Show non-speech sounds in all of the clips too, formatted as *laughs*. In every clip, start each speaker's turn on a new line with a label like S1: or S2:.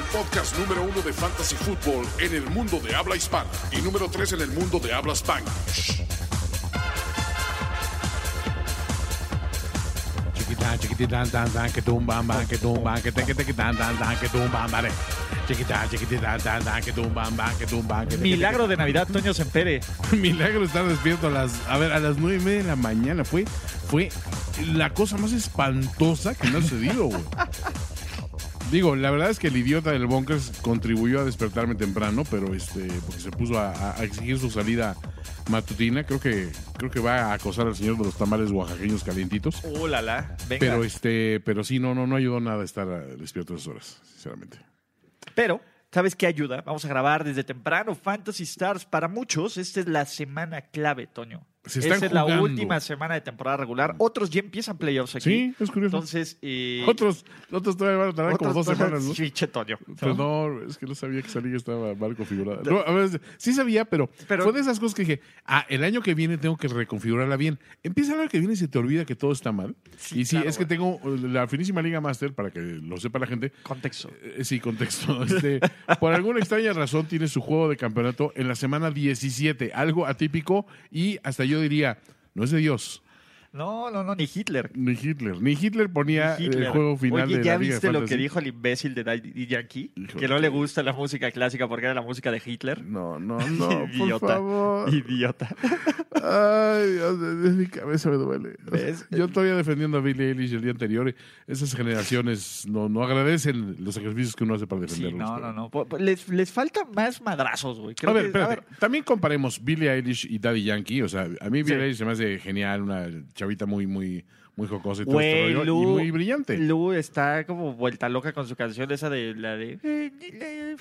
S1: podcast número uno de Fantasy Football en el mundo de habla hispana y número tres en el mundo de habla hispana.
S2: Chiquitán, chiquititán, tan, tan, que tumban, van, que tumban, que te, que te, que tan, tan, tan, que tumban, vale. Chiquitán, chiquititán, tan, tan, que tumban, van, que tumban, que te, que te, que-
S3: Milagro de Navidad, Toño Sempere.
S2: *laughs* Milagro estar despierto a las, a ver, a las nueve y media de la mañana. Fue, fue la cosa más espantosa que me ha sucedido, güey. Digo, la verdad es que el idiota del Bonkers contribuyó a despertarme temprano, pero este, porque se puso a, a- a exigir su salida matutina. Creo que, creo que va a acosar al señor de los tamales oaxaqueños calientitos.
S3: Uh, la, la. Venga.
S2: Pero este, pero sí, no, no, no ayudó nada estar ah, despierto esas horas, sinceramente.
S3: Pero, ¿sabes qué ayuda? Vamos a grabar desde temprano Fantasy Stars. Para muchos, esta es la semana clave, Toño.
S2: Se están
S3: esta es la
S2: jugando.
S3: última semana de temporada regular. Otros ya empiezan playoffs aquí.
S2: Sí, es curioso.
S3: Entonces, eh,
S2: otros, otros todavía van a tardar como
S3: otros-
S2: dos semanas, ¿no?
S3: Sí, che, Toño. ¿no?
S2: Perdón, es que no sabía que esa liga estaba mal configurada. No, a ver, sí sabía, pero,
S3: Pero-
S2: fue de esas cosas que dije, ah, el año que viene tengo que reconfigurarla bien. Empieza el año que viene y se te olvida que todo está mal.
S3: Sí,
S2: y sí,
S3: claro,
S2: es que
S3: güey.
S2: tengo la finísima Liga Master, para que lo sepa la gente,
S3: Contexto.
S2: eh, Sí, contexto. *laughs* Este, por alguna extraña razón tiene su juego de campeonato en la semana 17, algo atípico y hasta yo diría, no es de Dios,
S3: No, no, no, ni Hitler.
S2: ni Hitler. Ni Hitler ponía
S3: Hitler.
S2: el juego final
S3: Oye,
S2: de
S3: ¿ya
S2: la Liga de
S3: viste lo que
S2: Fantasy?
S3: dijo el imbécil de Daddy Yankee?
S2: Híjole.
S3: Que no le gusta la música clásica porque era la música de Hitler.
S2: No, no,
S3: *laughs*
S2: no, por
S3: Idiota.
S2: favor.
S3: Idiota.
S2: Ay, Dios, de- de mi cabeza me duele. O sea,
S3: ¿Ves?
S2: Yo todavía defendiendo a Billie Eilish el día anterior. Esas generaciones no, no agradecen los sacrificios que uno hace para
S3: Sí,
S2: defenderlos.
S3: no,
S2: pero-
S3: no, no. Po- po- Les, les faltan más madrazos, güey. Creo
S2: A ver,
S3: que-
S2: espérate. También comparemos Billie Eilish y Daddy Yankee. O sea, a mí Billie
S3: Sí.
S2: Eilish se me hace genial, una chavita muy, muy, muy jocosa y todo este
S3: Güey,
S2: rollo,
S3: Lu,
S2: y muy brillante.
S3: Lu está como vuelta loca con su canción esa de la de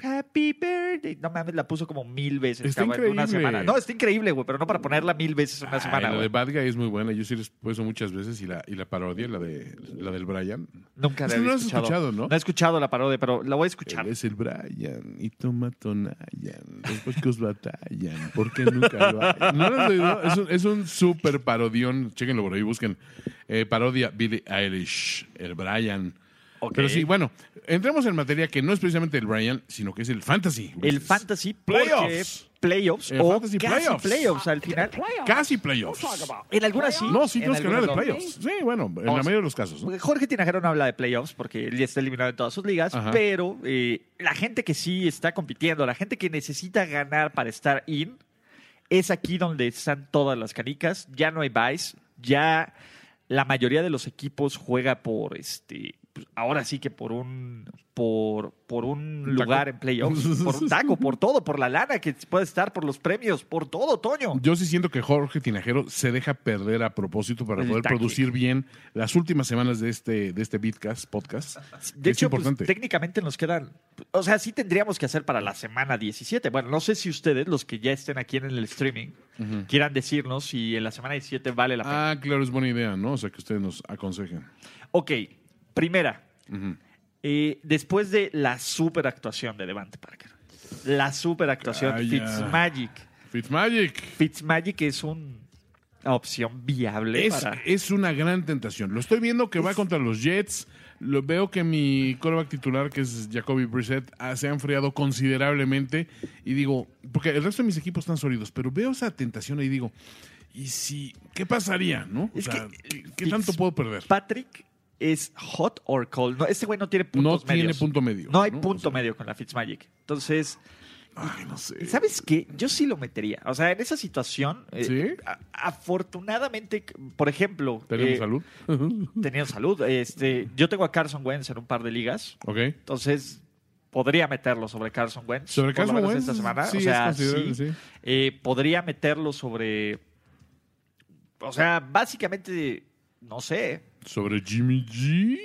S3: Happy Birthday. No mames, la puso como mil veces
S2: Está
S3: cabrón, en una
S2: increíble.
S3: semana. No, está increíble, güey, pero no para ponerla mil veces en una
S2: Ay,
S3: semana,
S2: Ah, la
S3: güey.
S2: de Bad Guy es muy buena. Yo sí les he puesto muchas veces y la, y la parodia, la, de, la del Brian.
S3: Nunca
S2: Es que
S3: la había
S2: no la has escuchado, ¿no?
S3: he escuchado la parodia, pero la voy a escuchar.
S2: Él es el Brian y toma Tonayan. Los pocos batallan porque nunca lo hay. ¿No lo has oído? Es un, es un súper parodión. Chéquenlo por ahí, busquen. Eh, parodia Billie Eilish, el Brian.
S3: Ok.
S2: Pero sí, bueno, entremos en materia que no es precisamente el Brian, sino que es el fantasy.
S3: El
S2: Ulises.
S3: Fantasy
S2: Playoffs.
S3: Playoffs. Playoffs
S2: El
S3: o
S2: fantasy
S3: casi
S2: playoffs.
S3: playoffs. al final.
S2: Casi playoffs.
S3: En algunas sí.
S2: No, sí,
S3: en
S2: tenemos que hablar de
S3: algunas no.
S2: playoffs. Sí, bueno, en la
S3: Vamos.
S2: mayoría de los casos. ¿no?
S3: Jorge Tinajero no habla de playoffs porque él ya está eliminado en todas sus ligas,
S2: Ajá.
S3: pero eh, la gente que sí está compitiendo, la gente que necesita ganar para estar in, es aquí donde están todas las canicas. Ya no hay buys, ya la mayoría de los equipos juega por este. pues, Ahora sí que por un por, por un
S2: taco?
S3: lugar en playoffs, por un
S2: *laughs*
S3: taco, por todo, por la lana que puede estar, por los premios, por todo, Toño.
S2: Yo sí siento que Jorge Tinajero se deja perder a propósito para
S3: El
S2: poder
S3: tackle.
S2: producir bien las últimas semanas de este, de este Bitcast, podcast.
S3: De
S2: es
S3: hecho, pues,
S2: importante.
S3: técnicamente nos quedan. O sea, sí tendríamos que hacer para la semana 17. Bueno, no sé si ustedes, los que ya estén aquí en el streaming, quieran decirnos si en la semana 17 vale la pena.
S2: ah, claro, es buena idea, ¿no? O sea, que ustedes nos aconsejen.
S3: Ok, primera.
S2: Ujú.
S3: eh, después de la super actuación de Devante Parker, la super actuación de
S2: Calla.
S3: Fitzmagic.
S2: Fitzmagic.
S3: Fitzmagic es un- una opción viable.
S2: Es,
S3: para-
S2: es una gran tentación. Lo estoy viendo que va contra los Jets. Lo, veo que mi quarterback titular, que es Jacoby Brissett, ah, se ha enfriado considerablemente. Y digo, porque el resto de mis equipos están sólidos, pero veo esa tentación y digo, ¿y si qué pasaría, no? O
S3: Es
S2: sea,
S3: que-
S2: ¿qué- ¿qué tanto puedo perder?
S3: Patrick es hot or cold. No, este güey no tiene
S2: No
S3: puntos
S2: tiene
S3: medios.
S2: punto medio.
S3: No hay
S2: ¿no?
S3: punto
S2: O sea,
S3: medio con la Fitzmagic. Entonces,
S2: Ay, no sé.
S3: ¿sabes qué? Yo sí lo metería. O sea, en esa situación, eh,
S2: ¿Sí?
S3: a- afortunadamente, por ejemplo,
S2: ¿Tenemos
S3: eh, *laughs*
S2: salud?
S3: Teniendo salud. Este, yo tengo a Carson Wentz en un par de ligas,
S2: ok.
S3: entonces podría meterlo sobre Carson Wentz.
S2: Sobre
S3: por lo
S2: Carson
S3: menos
S2: Wentz,
S3: esta semana.
S2: sí,
S3: o sea,
S2: es considerable,
S3: sí.
S2: sí.
S3: Eh, podría meterlo sobre. O sea, básicamente, no sé.
S2: ¿Sobre Jimmy G?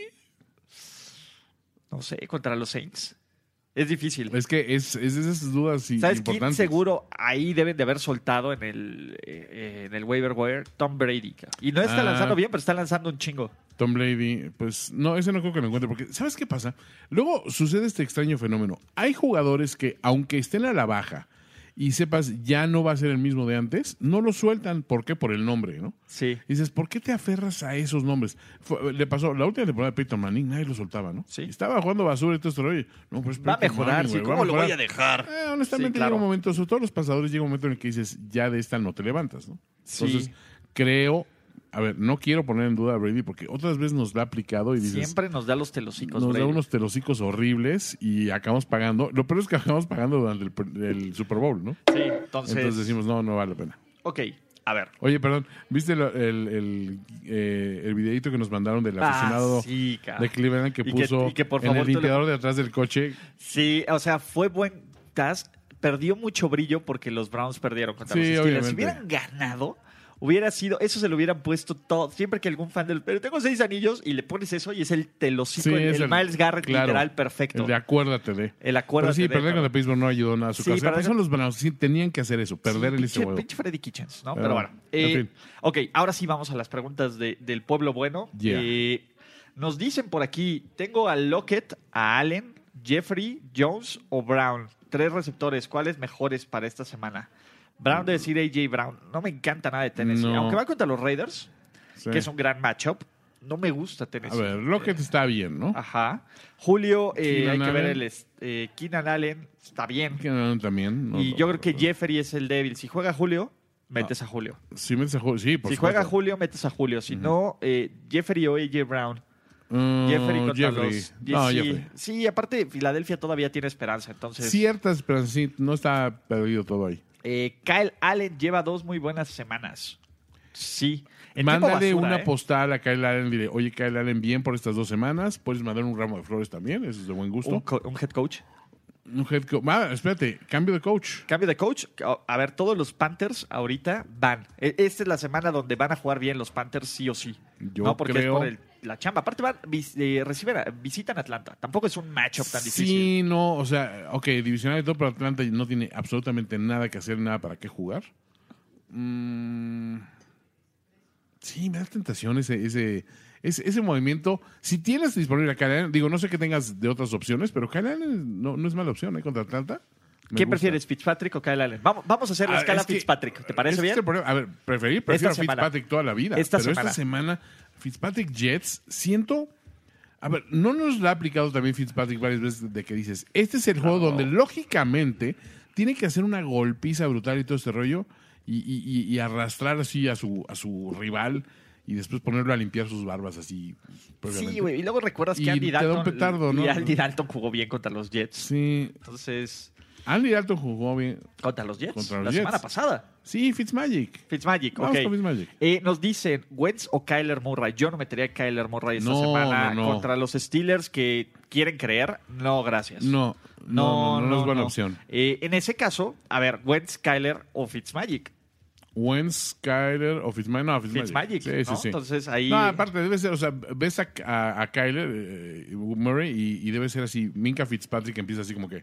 S3: No sé, contra los Saints. Es difícil.
S2: Es que es, es de esas dudas y-
S3: ¿Sabes quién
S2: importantes.
S3: seguro ahí deben de haber soltado en el, eh, eh, en el waiver wire? Tom Brady. cara. Y no está
S2: Ah.
S3: lanzando bien, pero está lanzando un chingo.
S2: Tom Brady, pues no, ese no creo que lo encuentre, porque ¿sabes qué pasa? Luego sucede este extraño fenómeno. Hay jugadores que, aunque estén a la baja y sepas ya no va a ser el mismo de antes, no lo sueltan. ¿Por qué? Por el nombre, ¿no?
S3: Sí.
S2: Y dices, ¿por qué te aferras a esos nombres? Fue- le pasó la última temporada de Peyton Manning, nadie lo soltaba, ¿no?
S3: Sí.
S2: Estaba jugando basura y todo esto. Oye, no, pues
S3: Va a
S2: Peyton
S3: mejorar,
S2: Manning,
S3: sí.
S2: güey, va
S3: ¿Cómo lo voy a
S2: mejorar.
S3: dejar?
S2: Eh, honestamente,
S3: Sí, claro.
S2: llega un momento, sobre todos los pasadores, llega un momento en el que dices, ya de esta no te levantas, ¿no?
S3: Sí.
S2: Entonces, creo, a ver, no quiero poner en duda a Brady porque otras veces nos la ha aplicado y dices,
S3: Siempre nos da los telocicos,
S2: nos da
S3: Brady.
S2: unos telocicos horribles y acabamos pagando. Lo peor es que acabamos pagando durante el, pr- el Super Bowl, ¿no?
S3: Sí, entonces.
S2: Entonces decimos, no, no vale la pena.
S3: ok, a ver.
S2: Oye, perdón, ¿viste lo- el, el, eh, el videito que nos mandaron del
S3: Ah,
S2: aficionado
S3: sí, cara.
S2: de Cleveland que
S3: Y que-
S2: puso
S3: y que por
S2: en
S3: favor
S2: el
S3: tú le-
S2: limpiador de atrás del coche?
S3: Sí, o sea, fue buen task. Perdió mucho brillo porque los Browns perdieron contra
S2: Sí,
S3: los Steelers.
S2: obviamente.
S3: Si hubieran ganado, hubiera sido, eso se lo hubieran puesto todo. Siempre que algún fan del. Pero tengo seis anillos y le pones eso y es el telocico,
S2: Sí,
S3: el,
S2: es
S3: el
S2: el-
S3: Miles Garrett
S2: claro,
S3: literal perfecto.
S2: El de acuérdate de.
S3: El acuerdo.
S2: Pero sí, perder contra Pittsburgh no ayudó nada a su
S3: Sí,
S2: carrera.
S3: perder-
S2: Pero son los Browns, sí tenían que hacer eso, perder el este
S3: pinche,
S2: juego.
S3: pinche Freddy Kitchens, ¿no?
S2: Pero
S3: Pero, bueno.
S2: bueno,
S3: Eh,
S2: en fin.
S3: Ok, ahora sí vamos a las preguntas de- del pueblo bueno.
S2: Yeah.
S3: Eh, nos dicen por aquí, tengo a Lockett, a Allen, Jeffrey, Jones o Brown. Tres receptores, ¿cuáles mejores para esta semana? Brown de decir AJ Brown. No me encanta nada de Tennessee.
S2: No.
S3: Aunque va contra los Raiders,
S2: Sí.
S3: que es un gran matchup, no me gusta
S2: A
S3: Tennessee.
S2: ver, Lockett está bien, ¿no?
S3: Ajá. Julio, eh, hay
S2: Keenan
S3: que ver
S2: Allen.
S3: el est- eh, Keenan Allen, está bien.
S2: Que no, también. no,
S3: Y
S2: no,
S3: yo creo que
S2: no.
S3: Jeffrey es el débil. Si juega Julio, metes a Julio.
S2: Si, metes a Ju- sí, por
S3: si juega
S2: supuesto.
S3: Julio, metes a Julio. Si no, eh, Jeffrey o AJ Brown.
S2: Mm,
S3: Jeffrey contra
S2: Jeffrey.
S3: los.
S2: No,
S3: sí,
S2: Jeffrey.
S3: sí, aparte, Filadelfia todavía tiene esperanza. Entonces,
S2: Ciertas, pero sí, no está perdido todo ahí.
S3: eh, Kyle Allen lleva dos muy buenas semanas. Sí. En tiempo
S2: Mándale
S3: basura,
S2: una
S3: ¿eh?
S2: postal a Kyle Allen y dile, oye, Kyle Allen, bien por estas dos semanas. Puedes mandar un ramo de flores también, eso es de buen
S3: un,
S2: gusto.
S3: co- un head coach.
S2: Un head coach. Ah, espérate, cambio de coach.
S3: Cambio de coach. A- A ver, todos los Panthers ahorita van. E- Esta es la semana donde van a jugar bien los Panthers sí o sí.
S2: Yo
S3: no, porque
S2: creo-
S3: es por el- la chamba. Aparte van, vis- eh, reciben, a- visitan Atlanta. Tampoco es un matchup tan difícil.
S2: Sí, no, o sea, ok, divisional y todo, pero Atlanta no tiene absolutamente nada que hacer, nada para qué jugar. Mm, sí, me da tentación ese, ese, ese, ese movimiento. Si tienes disponible a Kyle Allen, digo, no sé qué tengas de otras opciones, pero Kyle Allen no, no es mala opción, ¿eh? Contra Atlanta. Me
S3: ¿Quién
S2: gusta.
S3: prefieres, Fitzpatrick o Kyle Allen? Vamos, vamos a hacer la
S2: Ah,
S3: escala
S2: es que- este
S3: Fitzpatrick. ¿Te
S2: Ese
S3: parece
S2: es
S3: bien?
S2: el problema. A ver, preferir, prefiero
S3: Esta
S2: a
S3: semana.
S2: Fitzpatrick toda la vida.
S3: Esta
S2: pero
S3: semana.
S2: esta semana, Fitzpatrick Jets, siento. A ver, ¿no nos la ha aplicado también Fitzpatrick varias veces de que dices, este es el juego donde lógicamente tiene que hacer una golpiza brutal y todo este rollo y, y- y- y arrastrar así a su, a su rival y después ponerlo a limpiar sus barbas así. previamente?
S3: Sí, güey. Y luego recuerdas
S2: pues Y
S3: que Andy
S2: te da un
S3: Dalton.
S2: petardo, ¿no?
S3: Y Andy Dalton jugó bien contra los Jets.
S2: Sí.
S3: Entonces,
S2: Andy Dalton jugó bien.
S3: contra los Jets.
S2: Contra los
S3: la
S2: Jets.
S3: semana pasada.
S2: Sí, Fitzmagic.
S3: Fitzmagic, ok.
S2: Vamos con Fitzmagic.
S3: Eh, nos dicen Wentz o Kyler Murray. Yo no metería a Kyler Murray esta
S2: No,
S3: semana
S2: no, no.
S3: contra los Steelers que quieren creer. No, gracias.
S2: No, no, no, no, es buena opción.
S3: Eh, en ese caso, a ver, Wentz, Kyler o Fitzmagic.
S2: Wentz, Kyler o Fitzmagic. No, Fitzmagic.
S3: Fitzmagic,
S2: Sí, sí,
S3: ¿no?
S2: sí.
S3: Entonces ahí...
S2: No, aparte, debe ser, o sea, ves a, a, a Kyler eh, Murray y, y debe ser así. Minka Fitzpatrick empieza así como que.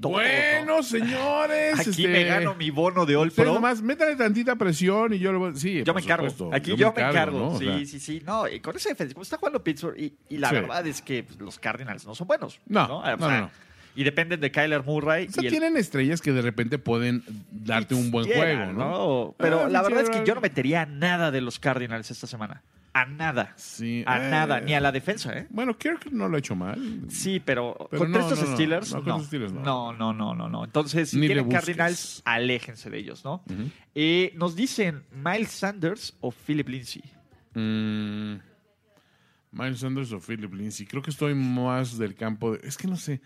S3: todo,
S2: bueno,
S3: ¿no?
S2: señores.
S3: Aquí
S2: este,
S3: me gano mi bono de All
S2: ustedes
S3: Pro.
S2: nomás, métale tantita presión y yo lo voy. Sí,
S3: Yo
S2: por
S3: me encargo.
S2: supuesto,
S3: Aquí yo me encargo.
S2: ¿no? O
S3: Sí,
S2: sea,
S3: sí, sí. No, y con esa defensa, como está jugando Pittsburgh, y, y la
S2: Sí.
S3: verdad es que pues, los Cardinals no son buenos.
S2: No,
S3: O
S2: no,
S3: sea,
S2: no, no.
S3: Y dependen de Kyler Murray.
S2: o sea,
S3: y el
S2: tienen estrellas que de repente pueden darte un buen
S3: Fitzgerald,
S2: juego, ¿no?
S3: Pero
S2: Ah,
S3: la verdad es que
S2: Fitzgerald.
S3: yo no metería a nada de los Cardinals esta semana. A nada.
S2: Sí,
S3: A
S2: eh.
S3: nada. Ni a la defensa, ¿eh?
S2: Bueno, Kirk no lo ha hecho mal.
S3: Sí, pero,
S2: Pero
S3: contra
S2: no,
S3: estos
S2: no, no.
S3: Steelers,
S2: No,
S3: no,
S2: contra los Steelers, no.
S3: no. No, no, no, no. Entonces, si
S2: Ni le
S3: tienen
S2: busques.
S3: Cardinals, aléjense de ellos, ¿no? Eh, nos dicen Miles Sanders o Philip Lindsay.
S2: Mm, Miles Sanders o Philip Lindsay. Creo que estoy más del campo de. Es que no sé.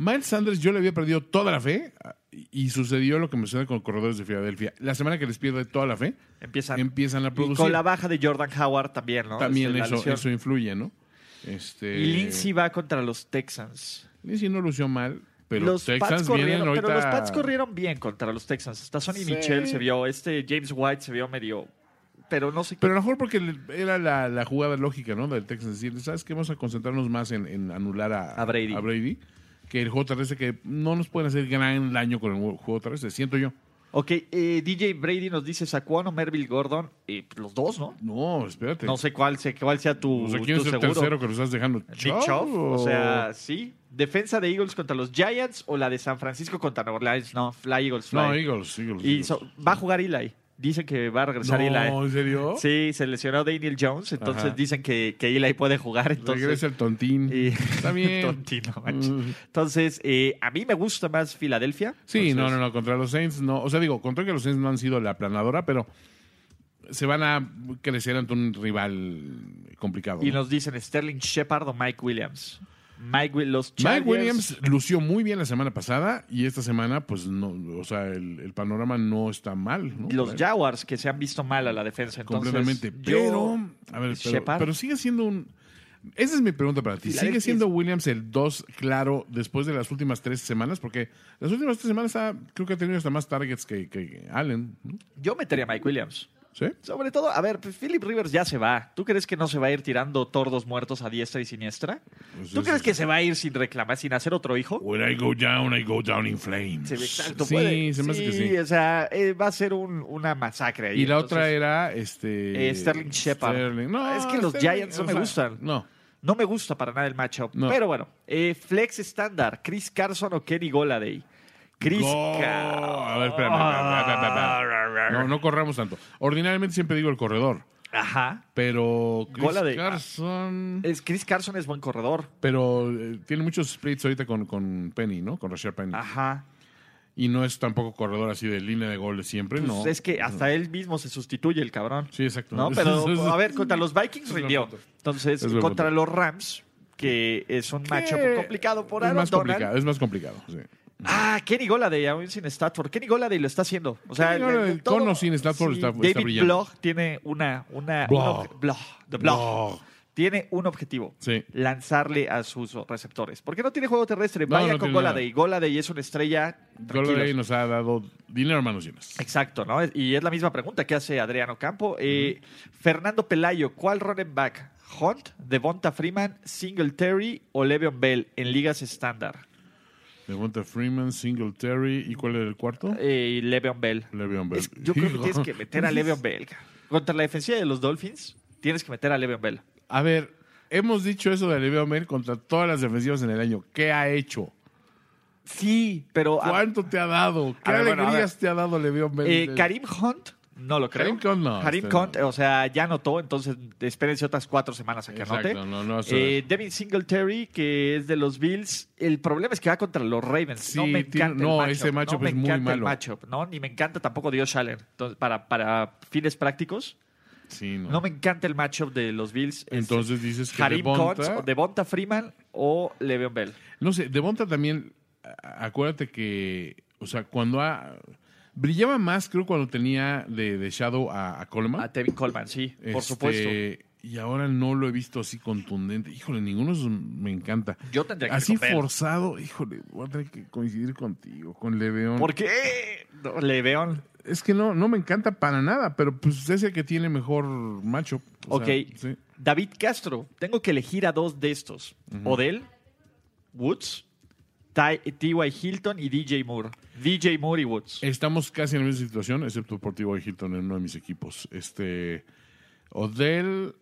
S2: Miles Sanders, yo le había perdido toda la fe ah, y y sucedió lo que me sucede con corredores de Filadelfia. La semana que les pierde toda la fe,
S3: Empiezan,
S2: empiezan a
S3: y
S2: producir.
S3: con la baja de Jordan Howard también, ¿no?
S2: También
S3: Este, la
S2: eso,
S3: lesión.
S2: eso influye, ¿no? Este,
S3: Y Lindsey va contra los Texans.
S2: Lindsay no lució mal, pero
S3: los Pats
S2: Texans vienen
S3: corrieron,
S2: ahorita.
S3: pero los Pats corrieron bien contra los Texans. Hasta Sonny Michel se vio, este James White se vio medio, pero no sé qué.
S2: Pero a lo mejor porque le- era la, la jugada lógica, ¿no? Del Texas. Decir, ¿sabes qué? Vamos a concentrarnos más en, en anular a,
S3: A Brady.
S2: que el juego terrestre, que no nos pueden hacer gran daño con el juego terrestre, siento yo.
S3: Ok, eh, DJ Brady nos dice Saquon o Merville Gordon, eh, los dos, ¿no?
S2: No, espérate.
S3: No sé cuál, se- cuál sea tu,
S2: O sea, ¿quién
S3: tu
S2: es el
S3: seguro.
S2: tercero que lo estás dejando?
S3: Nick Chubb,
S2: ¿Chau?
S3: o sea, sí. Defensa de Eagles contra los Giants o la de San Francisco contra Nueva Orleans, no, Fly Eagles, Fly.
S2: No, Eagles, Eagles.
S3: y
S2: Eagles.
S3: so- va a jugar Eli. Dicen que va a regresar
S2: no,
S3: Eli.
S2: ¿en serio?
S3: Sí, se lesionó Daniel Jones, entonces
S2: Ajá.
S3: dicen que, que Eli puede jugar. Entonces,
S2: Regresa el tontín.
S3: y- *laughs*
S2: *laughs* Está bien.
S3: Tontino, manches.
S2: Mm.
S3: Entonces, eh, a mí me gusta más Filadelfia.
S2: Sí,
S3: Entonces,
S2: no, no, no, contra los Saints no. O sea, digo, contra que los Saints no han sido la aplanadora, pero se van a crecer ante un rival complicado.
S3: Y
S2: ¿no?
S3: nos dicen Sterling Shepard o Mike Williams. Mike, Wi- los
S2: Mike
S3: Chargers-
S2: Williams lució muy bien la semana pasada y esta semana, pues no, o sea, el, el panorama no está mal, ¿no?
S3: Los Jaguars que se han visto mal a la defensa. Entonces,
S2: Completamente.
S3: yo-
S2: pero, a ver, pero,
S3: Shepard.
S2: pero sigue siendo un. Esa es mi pregunta para ti.
S3: Filadelfia
S2: ¿Sigue siendo Williams el 2 claro después de las últimas tres semanas? Porque las últimas tres semanas ha- creo que ha tenido hasta más targets que, que- que Allen, ¿no?
S3: yo metería a Mike Williams.
S2: ¿Sí?
S3: Sobre todo, a ver, pues, Philip Rivers ya se va. ¿Tú crees que no se va a ir tirando tordos muertos a diestra y siniestra?
S2: Pues
S3: ¿Tú
S2: es-
S3: crees que se va a ir sin reclamar, sin hacer otro hijo?
S2: When I go down, I go down in flames.
S3: Se ve- exacto,
S2: sí,
S3: puede.
S2: se me hace que sí.
S3: o sea, eh, va a ser un- una masacre. ahí.
S2: Y la
S3: Entonces,
S2: otra era este
S3: Eh, Sterling Shepard.
S2: Sterling. No,
S3: Es que los
S2: Sterling,
S3: Giants no
S2: o
S3: me gustan.
S2: No.
S3: No me gusta para nada el matchup.
S2: No.
S3: Pero bueno, eh, flex estándar, Chris Carson o Kenny Goladay. Chris Ah,
S2: Go-
S3: Carson.
S2: A ver, espérame. espérame, espérame, espérame, espérame. No, no corramos tanto. Ordinariamente siempre digo el corredor,
S3: Ajá.
S2: pero Chris
S3: Gola de- Eh.
S2: Carson.
S3: Es, Chris Carson es buen corredor.
S2: Pero eh, tiene muchos splits ahorita con, con Penny, ¿no? Con Rashad Penny.
S3: Ajá.
S2: Y no es tampoco corredor así de línea de goles siempre,
S3: Pues
S2: ¿no?
S3: Es que hasta él mismo se sustituye el cabrón.
S2: Sí, exacto.
S3: No,
S2: *laughs*
S3: pero a ver, contra los Vikings
S2: Es buen
S3: rindió.
S2: punto.
S3: Entonces,
S2: Es buen
S3: contra los Rams, que es un matchup complicado por
S2: Eh, es
S3: Aaron
S2: más
S3: Donald.
S2: complicado, es más complicado. Sí.
S3: Ah, Kenny Goladay, aún sin Statford. Kenny Goladay lo está haciendo. O sea,
S2: Kenny
S3: el- el-
S2: Golladay,
S3: el todo-
S2: con o sin Stafford está- está
S3: David
S2: brillando.
S3: Bloch tiene una. una un
S2: Bloch.
S3: obje- Bloch, the Bloch.
S2: Bloch.
S3: Tiene un objetivo.
S2: Sí.
S3: Lanzarle a sus receptores. Porque no tiene juego terrestre.
S2: No, no
S3: Vaya con
S2: tiene
S3: Goladay. Goladay es una estrella.
S2: Gola de
S3: tranquilos.
S2: ahí nos ha dado dinero, hermanos llenas.
S3: Exacto, ¿no? Y es la misma pregunta que hace Adriano Campo. Eh, Fernando Pelayo, ¿cuál running back? ¿Hunt, Devonta Freeman, Singletary o Le'Veon Bell en ligas estándar?
S2: Devonta Freeman, Singletary. ¿Y cuál era el cuarto?
S3: Eh, Le'Veon Bell.
S2: Le'Veon Bell.
S3: Es- yo creo
S2: *laughs*
S3: que tienes que meter a Le'Veon Bell. ca. Contra la defensiva de los Dolphins, tienes que meter a Le'Veon Bell.
S2: A ver, hemos dicho eso de Le'Veon Bell contra todas las defensivas en el año. ¿Qué ha hecho?
S3: Sí, pero... a-
S2: ¿Cuánto te ha dado? ¿Qué
S3: A ver, bueno,
S2: alegrías
S3: a
S2: te ha dado Le'Veon Bell?
S3: eh, Karim Hunt, no lo creo.
S2: Karim Hunt no,
S3: Karim
S2: este
S3: Hunt, o sea, ya anotó, entonces espérense otras cuatro semanas a que
S2: Exacto,
S3: anote.
S2: no, no, eso
S3: Eh, Devin Singletary, que es de los Bills. El problema es que va contra los Ravens. no
S2: Sí,
S3: me
S2: tiene-
S3: encanta
S2: no,
S3: el
S2: ese matchup
S3: no me
S2: es muy
S3: encanta el
S2: malo.
S3: matchup, ¿no? Ni me encanta tampoco Dios Allen. Entonces, para, para fines prácticos,
S2: Sí, no.
S3: no. me encanta el matchup de los Bills. Este,
S2: Entonces dices que
S3: Karim Hunt,
S2: Devonta-
S3: o Devonta Freeman o Le'Veon Bell.
S2: No sé, Devonta también, a- acuérdate que, o sea, cuando ha, brillaba más, creo, cuando tenía de, de Shadow a, a Coleman.
S3: A Tevin Coleman, sí, Ah,
S2: Este,
S3: por supuesto.
S2: Y ahora no lo he visto así contundente. Híjole, ninguno de esos me encanta.
S3: Yo tendría que
S2: Así
S3: ir con Bell.
S2: forzado, híjole, voy a tener que coincidir contigo, con Leveón.
S3: ¿Por qué? No, Le'Veon.
S2: Es que no, no me encanta para nada, pero pues es el que tiene mejor macho.
S3: Ok. David Castro, tengo que elegir a dos de estos. Odell, Woods, Ty- T.Y. Hilton y DJ Moore. DJ Moore y Woods.
S2: Estamos casi en la misma situación, excepto por T.Y. Hilton en uno de mis equipos. Este. Odell,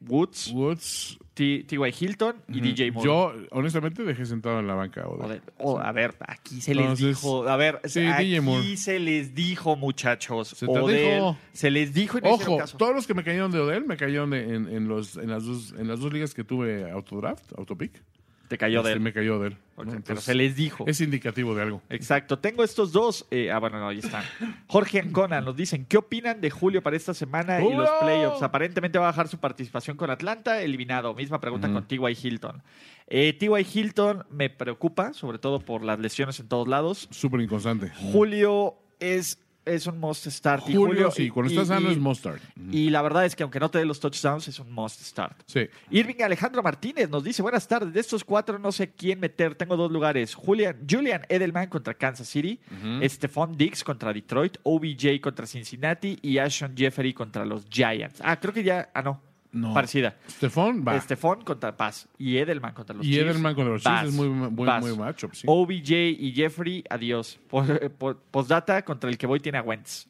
S3: Woods,
S2: Woods.
S3: T- T.Y. Hilton y DJ Moore.
S2: Yo, honestamente, dejé sentado en la banca a Odell.
S3: Odell. Oh, a ver, aquí se
S2: Entonces,
S3: les dijo, a ver,
S2: sí,
S3: aquí
S2: DJ Moore.
S3: se les dijo, muchachos.
S2: Se te
S3: Odell,
S2: dijo.
S3: se les dijo y no hicieron
S2: Ojo,
S3: caso.
S2: todos los que me cayeron de Odell me cayeron de- en, en los, en, las dos, en las dos ligas que tuve Autodraft, Autopick.
S3: Te cayó de
S2: Se
S3: él.
S2: me cayó de él. ¿no?
S3: Ok, pero
S2: Entonces,
S3: se les dijo.
S2: Es indicativo de algo.
S3: Exacto. Tengo estos dos. eh, ah, bueno, no, ahí están. Jorge Ancona nos dicen, ¿qué opinan de Julio para esta semana y
S2: ¡Julio!
S3: los playoffs? Aparentemente va a bajar su participación con Atlanta, eliminado. Misma pregunta con T.Y. Hilton. Eh, T.Y. Hilton me preocupa, sobre todo por las lesiones en todos lados.
S2: Súper inconstante.
S3: Julio es, es un must start. y
S2: Julio, sí,
S3: y-
S2: cuando está
S3: y-
S2: sano
S3: y-
S2: es Mustard.
S3: Y la verdad es que aunque no te dé los touchdowns, es un must start.
S2: Sí.
S3: Irving Alejandro Martínez nos dice, buenas tardes, de estos cuatro no sé quién meter, tengo dos lugares, Julian, Julian Edelman contra Kansas City, Stephon Dix contra Detroit, OBJ contra Cincinnati y Ashon Jeffery contra los Giants. Ah, creo que ya, ah no,
S2: No.
S3: parecida.
S2: Stefan va.
S3: Stephon contra Paz y Edelman contra los
S2: y
S3: Chiefs.
S2: Edelman contra los Chiefs
S3: Vas,
S2: es muy, muy,
S3: vas. Oh.
S2: muy matchup, sí.
S3: OBJ y Jeffrey, adiós. Por- por- Postdata contra el que voy tiene a Wentz.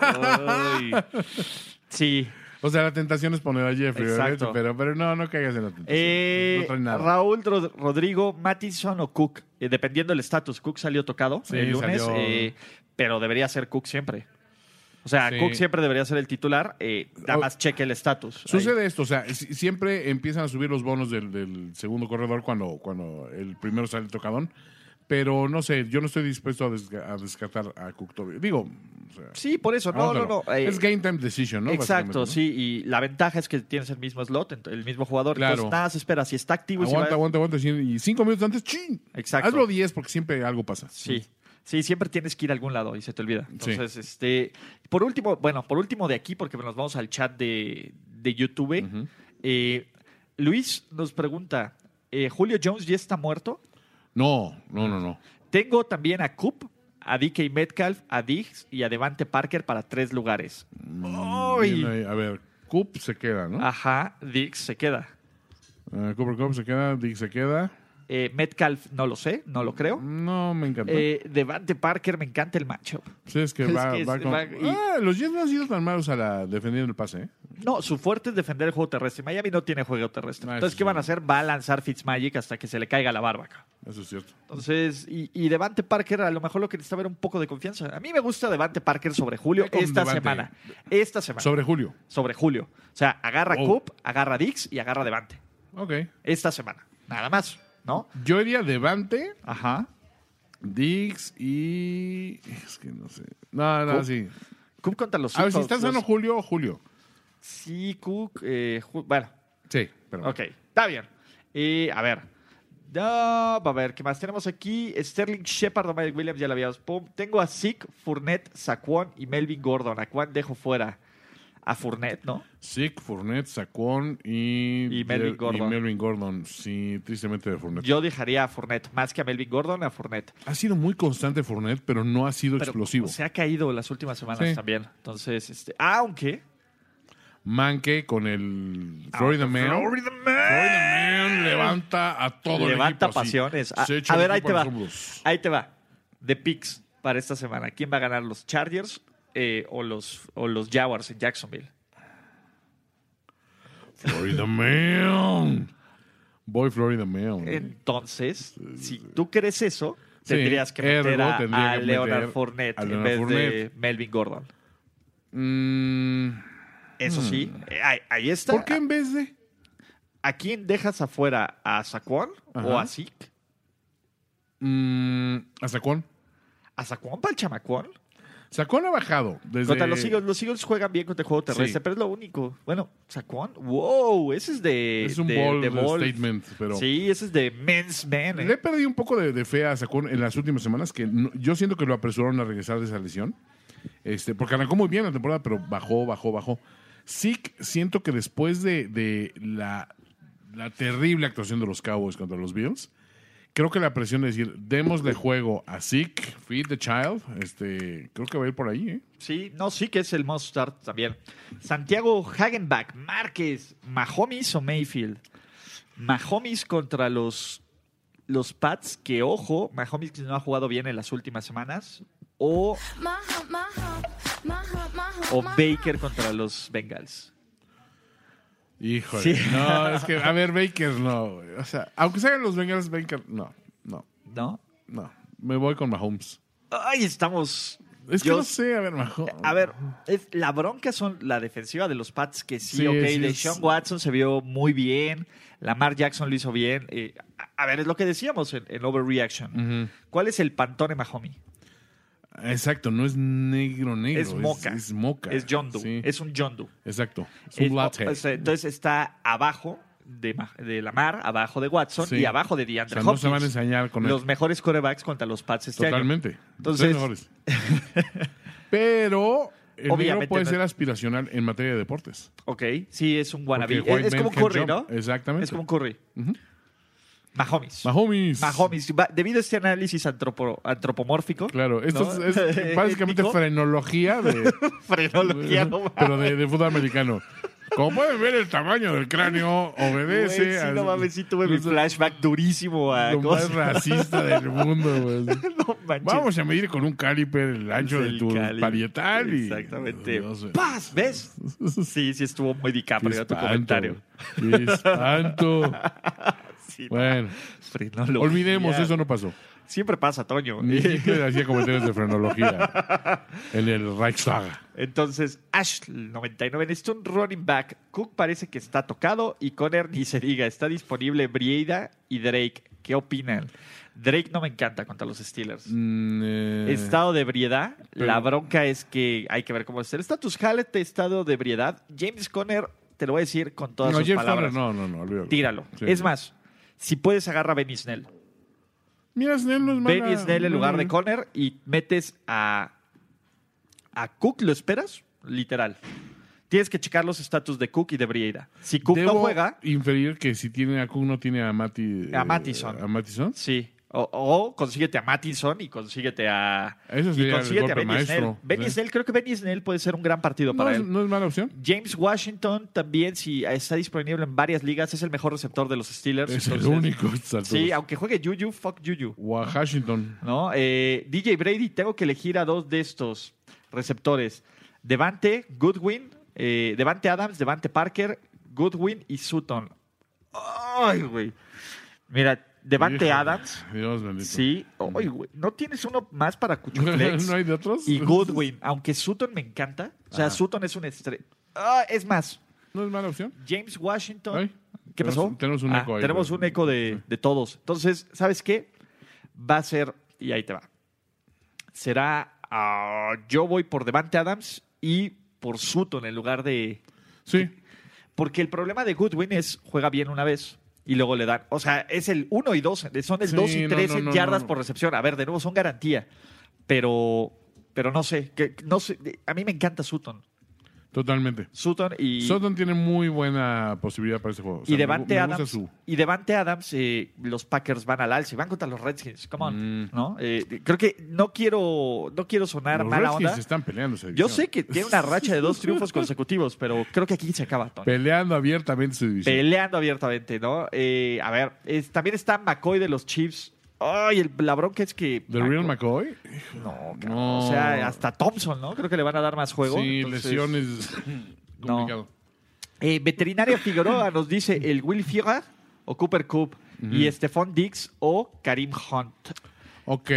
S3: Ay. Sí,
S2: O sea, la tentación es poner a Jeffrey, ¿verdad?
S3: Exacto.
S2: Pero, pero no, no caigas en la tentación.
S3: Eh,
S2: no trae nada.
S3: Raúl Rod- Rodrigo, Mattison o Cook. Eh, dependiendo del estatus, Cook salió tocado
S2: Sí,
S3: el lunes,
S2: salió.
S3: eh, pero debería ser Cook siempre. O sea,
S2: Sí.
S3: Cook siempre debería ser el titular. eh, nada
S2: Oh.
S3: más cheque el estatus. ahí.
S2: Sucede esto, o sea, si- siempre empiezan a subir los bonos del, del segundo corredor cuando, cuando el primero sale tocadón. Pero no sé, yo no estoy dispuesto a, desca- a descartar a Cook todavía. Digo, o sea,
S3: Sí, por eso. No, no, no.
S2: vámonos.
S3: eh,
S2: es game time decision, ¿no? Básicamente,
S3: exacto,
S2: ¿no?
S3: sí. Y la ventaja es que tienes el mismo slot, ent- el mismo jugador.
S2: Claro.
S3: Entonces, nada se espera. Si está activo y si
S2: Aguanta,
S3: va-
S2: aguanta, aguanta. Y cinco minutos antes, ¡chin!
S3: Exacto.
S2: Hazlo diez porque siempre algo pasa.
S3: Sí. Sí, siempre tienes que ir a algún lado y se te olvida. Entonces, este, por último, bueno, por último de aquí, porque nos vamos al chat de, de YouTube. eh, Luis nos pregunta: eh, ¿Julio Jones ya está muerto?
S2: No, no, no, no.
S3: Tengo también a Coop, a DK Metcalf, a Diggs y a Devante Parker para tres lugares. ¡Ay!
S2: Bien ahí. A ver, Coop se queda, ¿no?
S3: Ajá, Diggs se queda.
S2: Eh, Cooper Cup se queda, Dick se queda.
S3: Eh, Metcalf no lo sé, no lo creo.
S2: Mm, No, me encantó.
S3: Eh, Devante Parker, me encanta el matchup.
S2: Sí, es que
S3: es
S2: va,
S3: que es-
S2: va con-
S3: va- y-
S2: Ah, los Jets no han sido tan malos a la defendiendo el pase, ¿eh?
S3: No, su fuerte es defender el juego terrestre. Miami no tiene juego terrestre.
S2: Ah, eso
S3: Entonces, ¿qué
S2: sí.
S3: van a hacer? Va a lanzar Fitzmagic hasta que se le caiga la barbaca.
S2: Eso es cierto.
S3: Entonces, y, y Devante Parker a lo mejor lo que necesitaba era un poco de confianza. A mí me gusta Devante Parker sobre Julio
S2: Ve con
S3: esta
S2: Devante.
S3: semana. Esta semana. Sobre,
S2: Sobre Julio.
S3: Julio. O sea, agarra
S2: Oh.
S3: Coop, agarra Dix y agarra Devante.
S2: Ok.
S3: Esta semana. Nada más, ¿no?
S2: Yo iría Devante,
S3: Ajá.
S2: Dix y. Es que no sé. No, no,
S3: Cook.
S2: sí.
S3: Coop contra los
S2: A ver, si
S3: Seahawks,
S2: está sano
S3: los-
S2: Julio, Julio.
S3: Sí, Cook. eh, Ju- bueno,
S2: Sí, pero.
S3: Ok, está bien. Eh, a ver. Da- a ver, ¿qué más tenemos aquí? Sterling Shepard o Mike Williams, ya la habíamos. Pum. Tengo a Zeke, Fournette, Saquon y Melvin Gordon. ¿A cuán dejo fuera? A Fournette, ¿no?
S2: Sick, Fournette, Sacón y.
S3: Y Melvin Gordon.
S2: y Melvin Gordon. Sí, tristemente de Fournette.
S3: Yo dejaría a Fournette, más que a Melvin Gordon, a Fournette.
S2: Ha sido muy constante Fournette, pero no ha sido
S3: Pero
S2: explosivo.
S3: se ha caído las últimas semanas
S2: Sí.
S3: también. Entonces, este, aunque.
S2: Manque con el Florida Man.
S3: Ah, Florida Man.
S2: Florida Man levanta a todo el
S3: Levanta
S2: equipo, así.
S3: pasiones. A,
S2: Se echa
S3: a
S2: el
S3: ver, ahí
S2: equipo
S3: te
S2: a
S3: va.
S2: los hombros.
S3: Ahí te va. The picks para esta semana. ¿Quién va a ganar? ¿Los Chargers eh, o, los, o los Jaguars en Jacksonville?
S2: Florida Man. Voy Florida Man.
S3: Eh, Entonces, si tú crees eso,
S2: Sí,
S3: tendrías que meter
S2: ergo,
S3: a,
S2: tendría
S3: a
S2: que
S3: Leonard
S2: meter
S3: Fournette
S2: a
S3: en
S2: Leonard
S3: vez de
S2: Fournette.
S3: Melvin Gordon.
S2: Mm,
S3: Eso sí, eh, ahí, ahí está.
S2: ¿Por qué en vez de?
S3: ¿A quién dejas afuera? ¿A Saquon o
S2: Ajá.
S3: a Zeke?
S2: Mm, a Sacón.
S3: ¿A Saquon para el chamacuón?
S2: Sacón ha bajado. Desde...
S3: Contra los Eagles. Los Eagles juegan bien contra el juego terrestre,
S2: Sí.
S3: pero es lo único. Bueno, Saquon, wow, ese es de...
S2: Es un
S3: de-
S2: bold
S3: de Wolf.
S2: statement, pero.
S3: Sí, ese es de Men's Man. eh.
S2: Le perdí un poco de, de fe a Sacón en las últimas semanas, que no- yo siento que lo apresuraron a regresar de esa lesión. Este, porque arrancó muy bien la temporada, pero bajó, bajó, bajó. Sí, siento que después de, de la, la terrible actuación de los Cowboys contra los Bills, creo que la presión de decir, démosle juego a Zeke, feed the child, este, creo que va a ir por ahí, ¿eh?
S3: Sí, no, sí que es el must start también. Santiago Hagenbach, Márquez, Mahomes o Mayfield. Mahomes contra los, los Pats, que ojo, Mahomes no ha jugado bien en las últimas semanas. O, o
S4: O
S3: Baker contra los Bengals.
S2: Híjole.
S3: Sí.
S2: No, es que, a ver, Baker, no. güey. O sea, aunque salgan los Bengals, Baker, no, no,
S3: ¿No?
S2: no. Me voy con Mahomes.
S3: Ay, estamos.
S2: Es que
S3: yo-
S2: no sé, a ver, Mahomes.
S3: A ver, es- la bronca son la defensiva de los Pats, que sí,
S2: Sí,
S3: ok,
S2: sí,
S3: de
S2: es-
S3: Sean Watson se vio muy bien, Lamar Jackson lo hizo bien, eh, a- a ver, es lo que decíamos en, en Overreaction. ¿Cuál es el Pantone Mahomi?
S2: Exacto, no es negro, negro.
S3: es moca.
S2: Es moca.
S3: Es John Doe.
S2: Sí,
S3: Es un John Doe.
S2: Exacto. Es
S3: Es- eh,
S2: un latte.
S3: o sea, entonces está abajo de, Ma- de Lamar, abajo de Watson
S2: Sí.
S3: y abajo de DeAndre
S2: O sea, no
S3: Hopkins.
S2: se van a ensañar con él.
S3: Los mejores corebacks contra los Pats este año.
S2: Totalmente.
S3: Entonces-
S2: Entonces,
S3: *laughs*
S2: mejores. Pero el
S3: Obviamente
S2: negro puede
S3: no-
S2: ser aspiracional en materia de deportes.
S3: Ok, sí, es un wannabe.
S2: Porque white
S3: Es, es
S2: men
S3: como
S2: can
S3: Curry, ¿no?
S2: jump. Exactamente.
S3: Es como Curry. Mahomes.
S2: Mahomes.
S3: Mahomes. Va- Debido a este análisis antropo- antropomórfico.
S2: Claro, esto
S3: ¿no?
S2: es,
S3: *laughs*
S2: es básicamente
S3: Étnico.
S2: frenología de,
S3: *laughs* Frenología, no mames.
S2: *laughs* pero de, de fútbol americano. Como pueden ver, el tamaño del cráneo
S3: Güey,
S2: obedece
S3: sí,
S2: al-
S3: no mames, sí tuve mi
S2: lo-
S3: flashback durísimo a
S2: lo
S3: cosas.
S2: más racista del mundo. güey.
S3: *laughs* No manches.
S2: Vamos a medir con un caliper el ancho de
S3: El
S2: tu
S3: Cali.
S2: parietal. y-
S3: Exactamente.
S2: Dios, güey.
S3: ¡Paz! ¿Ves? Sí, sí estuvo muy
S2: ¡Qué
S3: DiCaprio tu
S2: espanto,
S3: comentario.
S2: güey! ¡Qué espanto!
S3: *laughs* Sí,
S2: Bueno,
S3: frenología.
S2: olvidemos, eso no pasó.
S3: Siempre pasa, Toño.
S2: Ni siquiera hacía comentarios de frenología en el Reichstag.
S3: *laughs* Entonces, Ashl 99 necesita un running back. Cook parece que está tocado y Conner ni se diga. Está disponible Brieda y Drake. ¿Qué opinan? Drake no me encanta contra los Steelers.
S2: Mm, eh,
S3: Estado de ebriedad.
S2: pero-
S3: la bronca es que hay que ver cómo es el estatus. Hallett, estado de ebriedad. James Conner, te lo voy a decir con todas
S2: no,
S3: sus
S2: James
S3: palabras.
S2: Conner, no, no, no, olvídalo.
S3: Tíralo.
S2: Sí.
S3: es más, si puedes, agarra a Benny Snell.
S2: Mira, Snell no es mala. Mm.
S3: Benny Snell en lugar de Conner y metes a. A Cook, ¿lo esperas? Literal. Tienes que checar los estatus de Cook y de Brieira. Si Cook
S2: Debo
S3: no juega,
S2: inferir que si tiene a Cook no tiene a Mati...
S3: A
S2: eh,
S3: Mattison.
S2: a Mattison.
S3: sí. O, o consíguete a Mattinson y consíguete a.
S2: Eso
S3: Y
S2: sería el
S3: consíguete a
S2: golpe
S3: Benny Snell.
S2: maestro.
S3: Benny
S2: Sí.
S3: Snell, creo que Benny Snell puede ser un gran partido
S2: No,
S3: para
S2: es,
S3: él.
S2: no es mala opción.
S3: James Washington también, si está disponible en varias ligas, es el mejor receptor de los Steelers.
S2: Es el
S3: entonces-
S2: único. Santos.
S3: Sí, aunque juegue Juju, fuck Juju.
S2: Washington.
S3: ¿no? Eh, DJ Brady, tengo que elegir a dos de estos receptores. Devante, Goodwin, eh, Devante Adams, Devante Parker, Goodwin y Sutton. Ay, güey. Mira, Devante
S2: Híjole,
S3: Adams,
S2: Dios bendito.
S3: sí. Ay, güey. ¿No tienes uno más para Cuchuflex?
S2: *laughs* ¿No hay de otros?
S3: Y Goodwin, aunque Sutton me encanta. O sea, Sutton es un estrella. es más,
S2: ¿No es mala opción?
S3: James Washington.
S2: Ay,
S3: ¿Qué
S2: tenemos-
S3: pasó?
S2: tenemos un
S3: Ah,
S2: eco ahí,
S3: Tenemos
S2: pero-
S3: un eco de, de todos. Entonces, ¿sabes qué? Va a ser, y ahí te va. Será, ah, yo voy por Devante Adams y por Sutton en lugar de...
S2: Sí.
S3: Porque el problema de Goodwin es juega bien una vez y luego le dan... O sea, es el 1 y 2, son el
S2: Sí,
S3: 2 y
S2: no,
S3: 3
S2: no,
S3: en
S2: no,
S3: yardas
S2: no.
S3: por recepción. A ver, de nuevo, son garantía. Pero, pero no sé, que, no sé, a mí me encanta Sutton.
S2: Totalmente.
S3: Sutton y...
S2: Sutton tiene muy buena posibilidad para este juego. O sea, me
S3: y
S2: gu-
S3: Devante
S2: me gusta
S3: Adams,
S2: su-
S3: y Devante Adams eh, los Packers van al alce, van contra los Redskins, come on,
S2: Mm.
S3: ¿no? Eh, creo que no quiero, no quiero sonar
S2: Los
S3: mala
S2: Redskins
S3: onda.
S2: se están peleando. esa
S3: Yo
S2: división.
S3: sé que tiene una racha de
S2: *laughs*
S3: dos triunfos consecutivos, pero creo que aquí se acaba, Tony.
S2: Peleando abiertamente su división.
S3: Peleando abiertamente, ¿no? Eh, a ver, es- también está McCoy de los Chiefs. Ay, el, la bronca es que.
S2: ¿The Real McCoy?
S3: No, cabrón,
S2: No.
S3: O sea, hasta Thompson, ¿no? Creo que le van a dar más juego.
S2: sí,
S3: entonces-
S2: lesiones.
S3: *clears throat*
S2: Complicado.
S3: Eh, Veterinaria Figueroa nos dice el Will Fierer o Cooper Coop y Stephon Dix o Karim Hunt.
S2: Ok,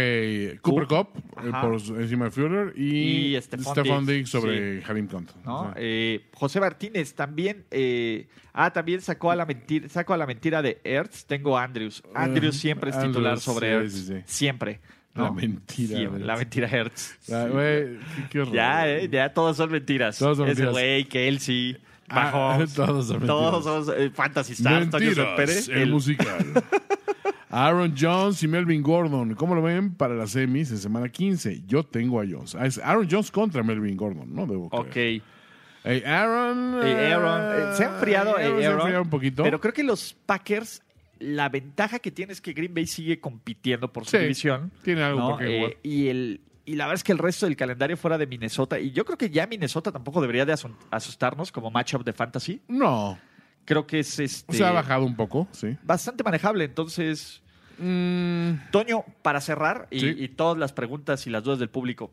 S2: Cooper Cup eh,
S3: Ajá.
S2: por encima de Führer y,
S3: Y Stephon
S2: Stephon
S3: Diggs,
S2: Diggs sobre Harim Kant.
S3: ¿no?
S2: Ajá.
S3: Eh, José Martínez también. eh, ah, también sacó a la mentira, sacó a la mentira de Ertz. Tengo a Andrews. Andrews
S2: Ujú.
S3: siempre es
S2: Ah, Andrews,
S3: titular sobre
S2: sí,
S3: Ertz.
S2: sí, sí.
S3: Siempre.
S2: La
S3: ¿no?
S2: mentira
S3: Siempre,
S2: de
S3: La
S2: Ertz.
S3: mentira Ertz.
S2: Ah, güey, qué- qué horror.
S3: Ya, eh, ya todas son mentiras.
S2: Todas son
S3: Ese
S2: mentiras.
S3: güey, Kelsey,
S2: Ah, *laughs*
S3: Mahomes.
S2: todos son
S3: todos son eh, Fantasy Stars. Toño
S2: Mentiras,
S3: Sempere,
S2: el,
S3: el-
S2: musical. *laughs* Aaron Jones y Melvin Gordon. ¿Cómo lo ven para las semis en semana 15? Yo tengo a Jones. Ah, es Aaron Jones contra Melvin Gordon, ¿no? Debo creer.
S3: Ok.
S2: Eh, Aaron.
S3: Eh, Aaron, eh, se ha enfriado eh,
S2: Aaron Se ha
S3: Aaron,
S2: enfriado un poquito.
S3: Pero creo que los Packers, la ventaja que tiene es que Green Bay sigue compitiendo por su
S2: Sí,
S3: división.
S2: tiene algo
S3: ¿no?
S2: por qué
S3: Eh,
S2: jugar.
S3: y, el, y la verdad es que el resto del calendario fuera de Minnesota, y yo creo que ya Minnesota tampoco debería de asun- asustarnos como matchup de fantasy.
S2: No.
S3: Creo que es este,
S2: Se ha bajado un poco, sí.
S3: bastante manejable. Entonces,
S2: Mm,
S3: Toño, para cerrar y,
S2: Sí.
S3: y todas las preguntas y las dudas del público,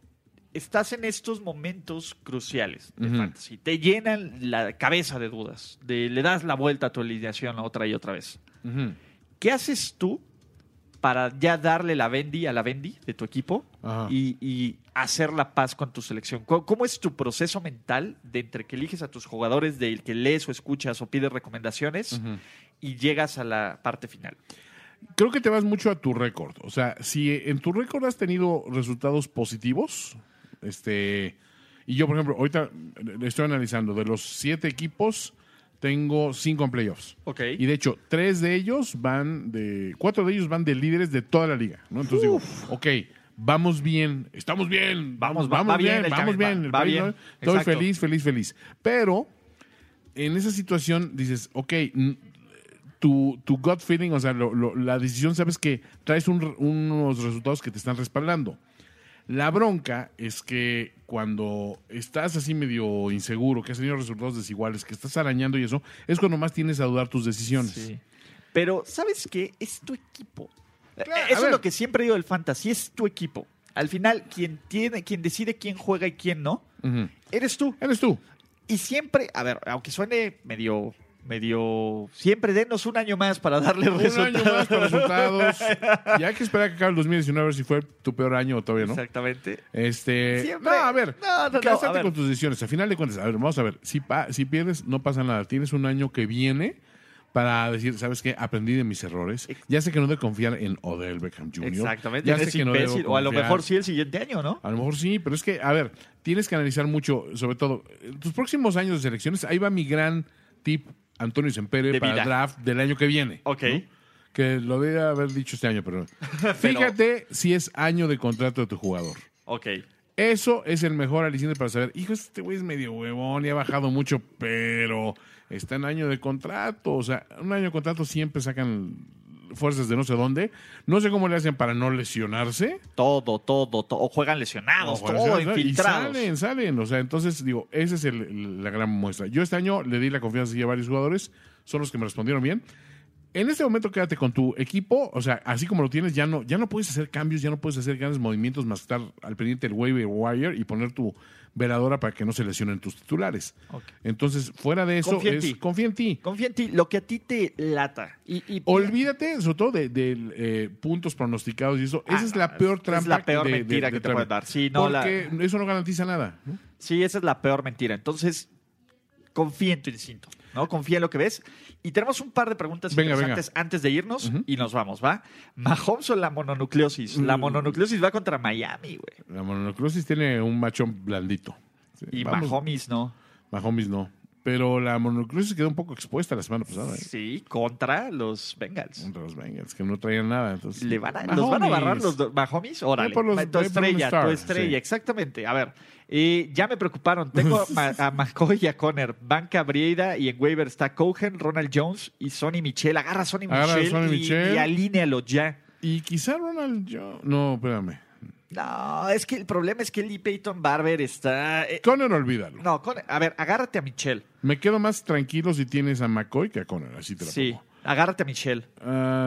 S3: estás en estos momentos cruciales de
S2: Ujú.
S3: fantasy. Te llenan la cabeza de dudas. de- le das la vuelta a tu alineación otra y otra vez.
S2: ujú.
S3: ¿Qué haces tú para ya darle la vendi a la vendi de tu equipo
S2: Ajá.
S3: y, y hacer la paz con tu selección? ¿Cómo, cómo es tu proceso mental de entre que eliges a tus jugadores, del que lees o escuchas o pides recomendaciones y llegas a la parte final?
S2: creo que te vas mucho a tu récord. O sea, si en tu récord has tenido resultados positivos, este. Y yo, por ejemplo, ahorita le estoy analizando, de los siete equipos, tengo cinco en playoffs.
S3: Ok.
S2: Y de hecho, tres de ellos van de. Cuatro de ellos van de líderes de toda la liga, ¿no? Entonces digo, ok, vamos bien, estamos bien, vamos,
S3: va-
S2: vamos
S3: va bien
S2: bien,
S3: el
S2: vamos
S3: camino,
S2: bien.
S3: va-
S2: el
S3: va
S2: país,
S3: bien.
S2: ¿no? Estoy
S3: Exacto.
S2: feliz, feliz, feliz. Pero en esa situación dices, ok, n- tu, tu gut feeling, o sea, lo- lo- la decisión, sabes que traes un r- unos resultados que te están respaldando. La bronca es que cuando estás así medio inseguro, que has tenido resultados desiguales, que estás arañando y eso, es cuando más tienes a dudar tus decisiones.
S3: Sí. Pero, ¿sabes qué? Es tu equipo.
S2: Claro, Eh, a
S3: Eso
S2: ver.
S3: es lo que siempre digo del fantasy, es tu equipo. Al final, quien tiene, quien decide quién juega y quién no,
S2: Ujú.
S3: eres tú.
S2: Eres tú.
S3: Y siempre, a ver, aunque suene medio, medio, siempre denos un año más para
S2: *laughs*
S3: darle
S2: Un año
S3: resultados.
S2: más con resultados. Ya hay que esperar a que acabe el 2019 a ver si fue tu peor año o todavía no.
S3: *laughs* Exactamente.
S2: Este,
S3: Siempre-
S2: no, a ver,
S3: No, no, no,
S2: cásate
S3: a ver.
S2: con tus decisiones. A final de cuentas, a ver, vamos a ver, si, pa- si pierdes, no pasa nada. Tienes un año que viene para decir, ¿sabes qué? Aprendí de mis errores.
S3: Ex-
S2: Ya sé que no debo confiar en Odell Beckham Jr.
S3: Exactamente.
S2: Ya
S3: en
S2: sé
S3: ese
S2: que no debo
S3: imbécil. o a lo
S2: confiar. Ah,
S3: mejor sí el siguiente año, ¿no?
S2: A lo mejor sí, pero es que, a ver, tienes que analizar mucho, sobre todo, eh, tus próximos años de selecciones. Ahí va mi gran tip, Antonio Sempere,
S3: De
S2: para
S3: vida.
S2: draft del año que viene.
S3: Ok.
S2: Que lo debe haber dicho este año, pero
S3: *laughs*
S2: no. Fíjate si es año de contrato de tu jugador.
S3: Ok.
S2: Eso es el mejor aliciente para saber, hijo, este güey es medio huevón y ha bajado mucho, pero está en año de contrato. O sea, un año de contrato siempre sacan fuerzas de no sé dónde. No sé cómo le hacen para no lesionarse.
S3: Todo, todo, todo. O juegan lesionados,
S2: Ojo,
S3: todo
S2: lesionados, ¿no?
S3: infiltrados.
S2: Y salen, salen. O sea, entonces, digo, esa es el- el- la gran muestra. Yo este año le di la confianza sí a varios jugadores, son los que me respondieron bien. En este momento quédate con tu equipo, o sea, así como lo tienes, ya no, ya no puedes hacer cambios, ya no puedes hacer grandes movimientos más estar al pendiente del waiver wire y poner tu veladora para que no se lesionen tus titulares.
S3: Ok.
S2: Entonces, fuera de eso,
S3: Confía en
S2: es-
S3: ti.
S2: confía en ti.
S3: Confía en ti, lo que a ti te lata. Y, y-
S2: Olvídate, sobre todo, de, de, eh, puntos pronosticados y eso.
S3: Ah,
S2: Esa es
S3: no,
S2: la peor
S3: es
S2: trampa.
S3: la peor mentira que te
S2: trampa.
S3: pueden dar. Sí, no, la-
S2: Porque eso no garantiza nada. ¿no?
S3: Sí, esa es la peor mentira. Entonces, confía en tu instinto, ¿no? Confía en lo que ves. Y tenemos un par de preguntas
S2: Venga,
S3: interesantes antes de irnos y nos vamos, ¿va? Mahomes o la mononucleosis. La
S2: Mm.
S3: mononucleosis va contra Miami, güey.
S2: La mononucleosis tiene un machón blandito. Sí,
S3: Y
S2: vamos,
S3: Mahomes no.
S2: Mahomes no. Pero la mononucleosis quedó un poco expuesta la semana pasada. ¿eh?
S3: Sí, contra los Bengals.
S2: Contra los Bengals, que no traían nada. Entonces,
S3: Le van a, los van a
S2: Mahomes.
S3: barrar los do- Mahomes. Órale.
S2: Ve por los-
S3: Va, tu
S2: ve por un
S3: estrella,
S2: star,
S3: tu estrella,
S2: sí.
S3: exactamente. A ver, eh, ya me preocuparon.
S2: *laughs*
S3: Tengo a, Ma- a McCoy y a Conner. Banca Brieda y en waiver está Cohen, Ronald Jones y Sonny Michel. Agarra a Sonny
S2: Agarra a
S3: Michel,
S2: Sonny
S3: y,
S2: Michel.
S3: y alínealo ya.
S2: Y quizá Ronald Jones. No, espérame.
S3: No, es que el problema es que Lee Peyton Barber está. eh,
S2: Conner, olvídalo.
S3: no, Conner, a ver, agárrate a Michelle.
S2: Me quedo más tranquilo si tienes a McCoy que a Conner. Así te lo
S3: Sí, agárrate a Michelle.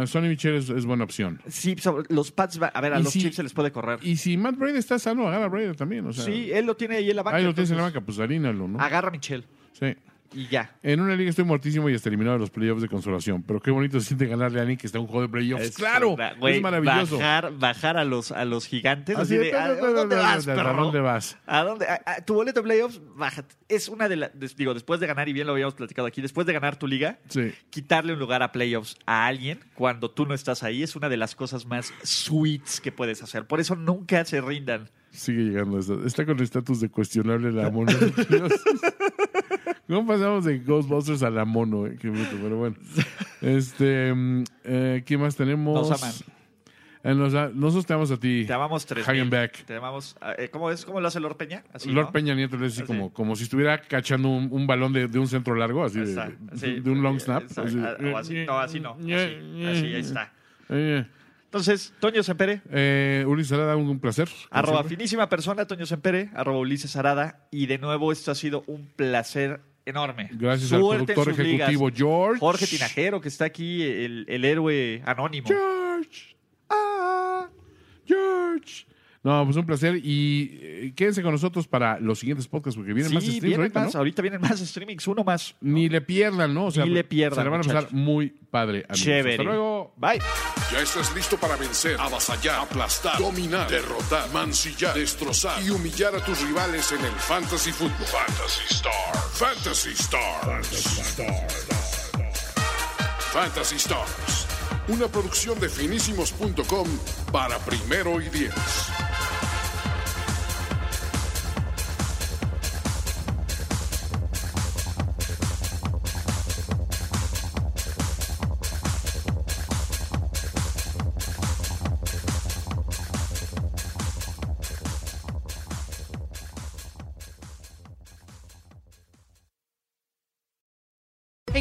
S2: Sonny Michel es, es buena opción.
S3: Sí, sobre- los Pats, va- a ver, a
S2: Y
S3: los
S2: si-
S3: Chips se les puede correr.
S2: Y si Matt Brady está sano, agarra a Brady también. O sea,
S3: sí, él lo tiene ahí en la banca.
S2: ahí lo tienes en la
S3: entonces,
S2: banca, pues harínalo, ¿no?
S3: Agarra a Michelle
S2: Sí.
S3: y ya.
S2: En una liga estoy muertísimo y hasta eliminado de los playoffs de consolación. Pero qué bonito se siente ganarle a alguien que está en un juego de playoffs. ¡Claro!
S3: verdad, güey,
S2: es maravilloso.
S3: Bajar, bajar a los, a los gigantes.
S2: Así
S3: Así
S2: de,
S3: de,
S2: ta,
S3: ¿a
S2: ta, ta,
S3: dónde
S2: ta, ta,
S3: vas,
S2: ta, ta,
S3: perro?
S2: ¿a dónde vas?
S3: ¿A dónde? A- a- tu boleto de playoffs, bájate. Es una de las. Digo, después de ganar, y bien lo habíamos platicado aquí, después de ganar tu liga,
S2: Sí.
S3: quitarle un lugar a playoffs a alguien cuando tú no estás ahí es una de las cosas más sweets que puedes hacer. Por eso nunca se rindan.
S2: Sigue llegando eso. Está con el estatus de cuestionable la mono.
S3: *laughs*
S2: *laughs* ¿Cómo pasamos de Ghostbusters a la mono? eh? Qué bruto, pero bueno. Este, mm, eh, ¿Qué más tenemos?
S3: Nos aman.
S2: Eh, nos a- nosotros te amamos a ti.
S3: Te amamos tres.
S2: Hagenbeck.
S3: Te amamos. eh, ¿Cómo es? ¿Cómo lo hace Lord Peña? Así,
S2: Lord
S3: ¿no? Ah,
S2: Peña Nieto le dice
S3: Así.
S2: como, como si estuviera cachando un, un balón de, de un centro largo, así de,
S3: Exacto,
S2: de-
S3: sí,
S2: de eh, un long snap.
S3: exacto,
S2: así.
S3: o así, no, así no. Así,
S2: *laughs*
S3: así, ahí está.
S2: Eh,
S3: Entonces, Toño Sempere,
S2: eh, Ulises Arada, un, un placer. como
S3: arroba
S2: siempre.
S3: finísima persona, Toño Sempere, arroba Ulises Arada. Y de nuevo, esto ha sido un placer enorme.
S2: Gracias
S3: Suerte
S2: al
S3: en
S2: productor
S3: sus ligas.
S2: ejecutivo George.
S3: Jorge Tinajero, que está aquí, el, el héroe anónimo.
S2: George. Ah, George. No, pues un placer. Y eh, quédense con nosotros para los siguientes podcasts, porque vienen
S3: Sí,
S2: más streams
S3: vienen
S2: ahorita,
S3: más,
S2: ¿no?
S3: ahorita vienen más streamings, uno más.
S2: Ni le pierdan, ¿no? O sea,
S3: Ni le pierdan,
S2: Se la van a pasar
S3: muchachos.
S2: muy padre. amigos.
S3: Chévere.
S2: Hasta luego.
S3: Bye.
S1: Ya estás listo para vencer, avasallar, aplastar, dominar, derrotar, mancillar, destrozar y humillar a tus rivales en el Fantasy Football. Fantasy Star. Fantasy Stars. Fantasy Stars. una producción de finísimos.com para primero y diez.
S4: Hey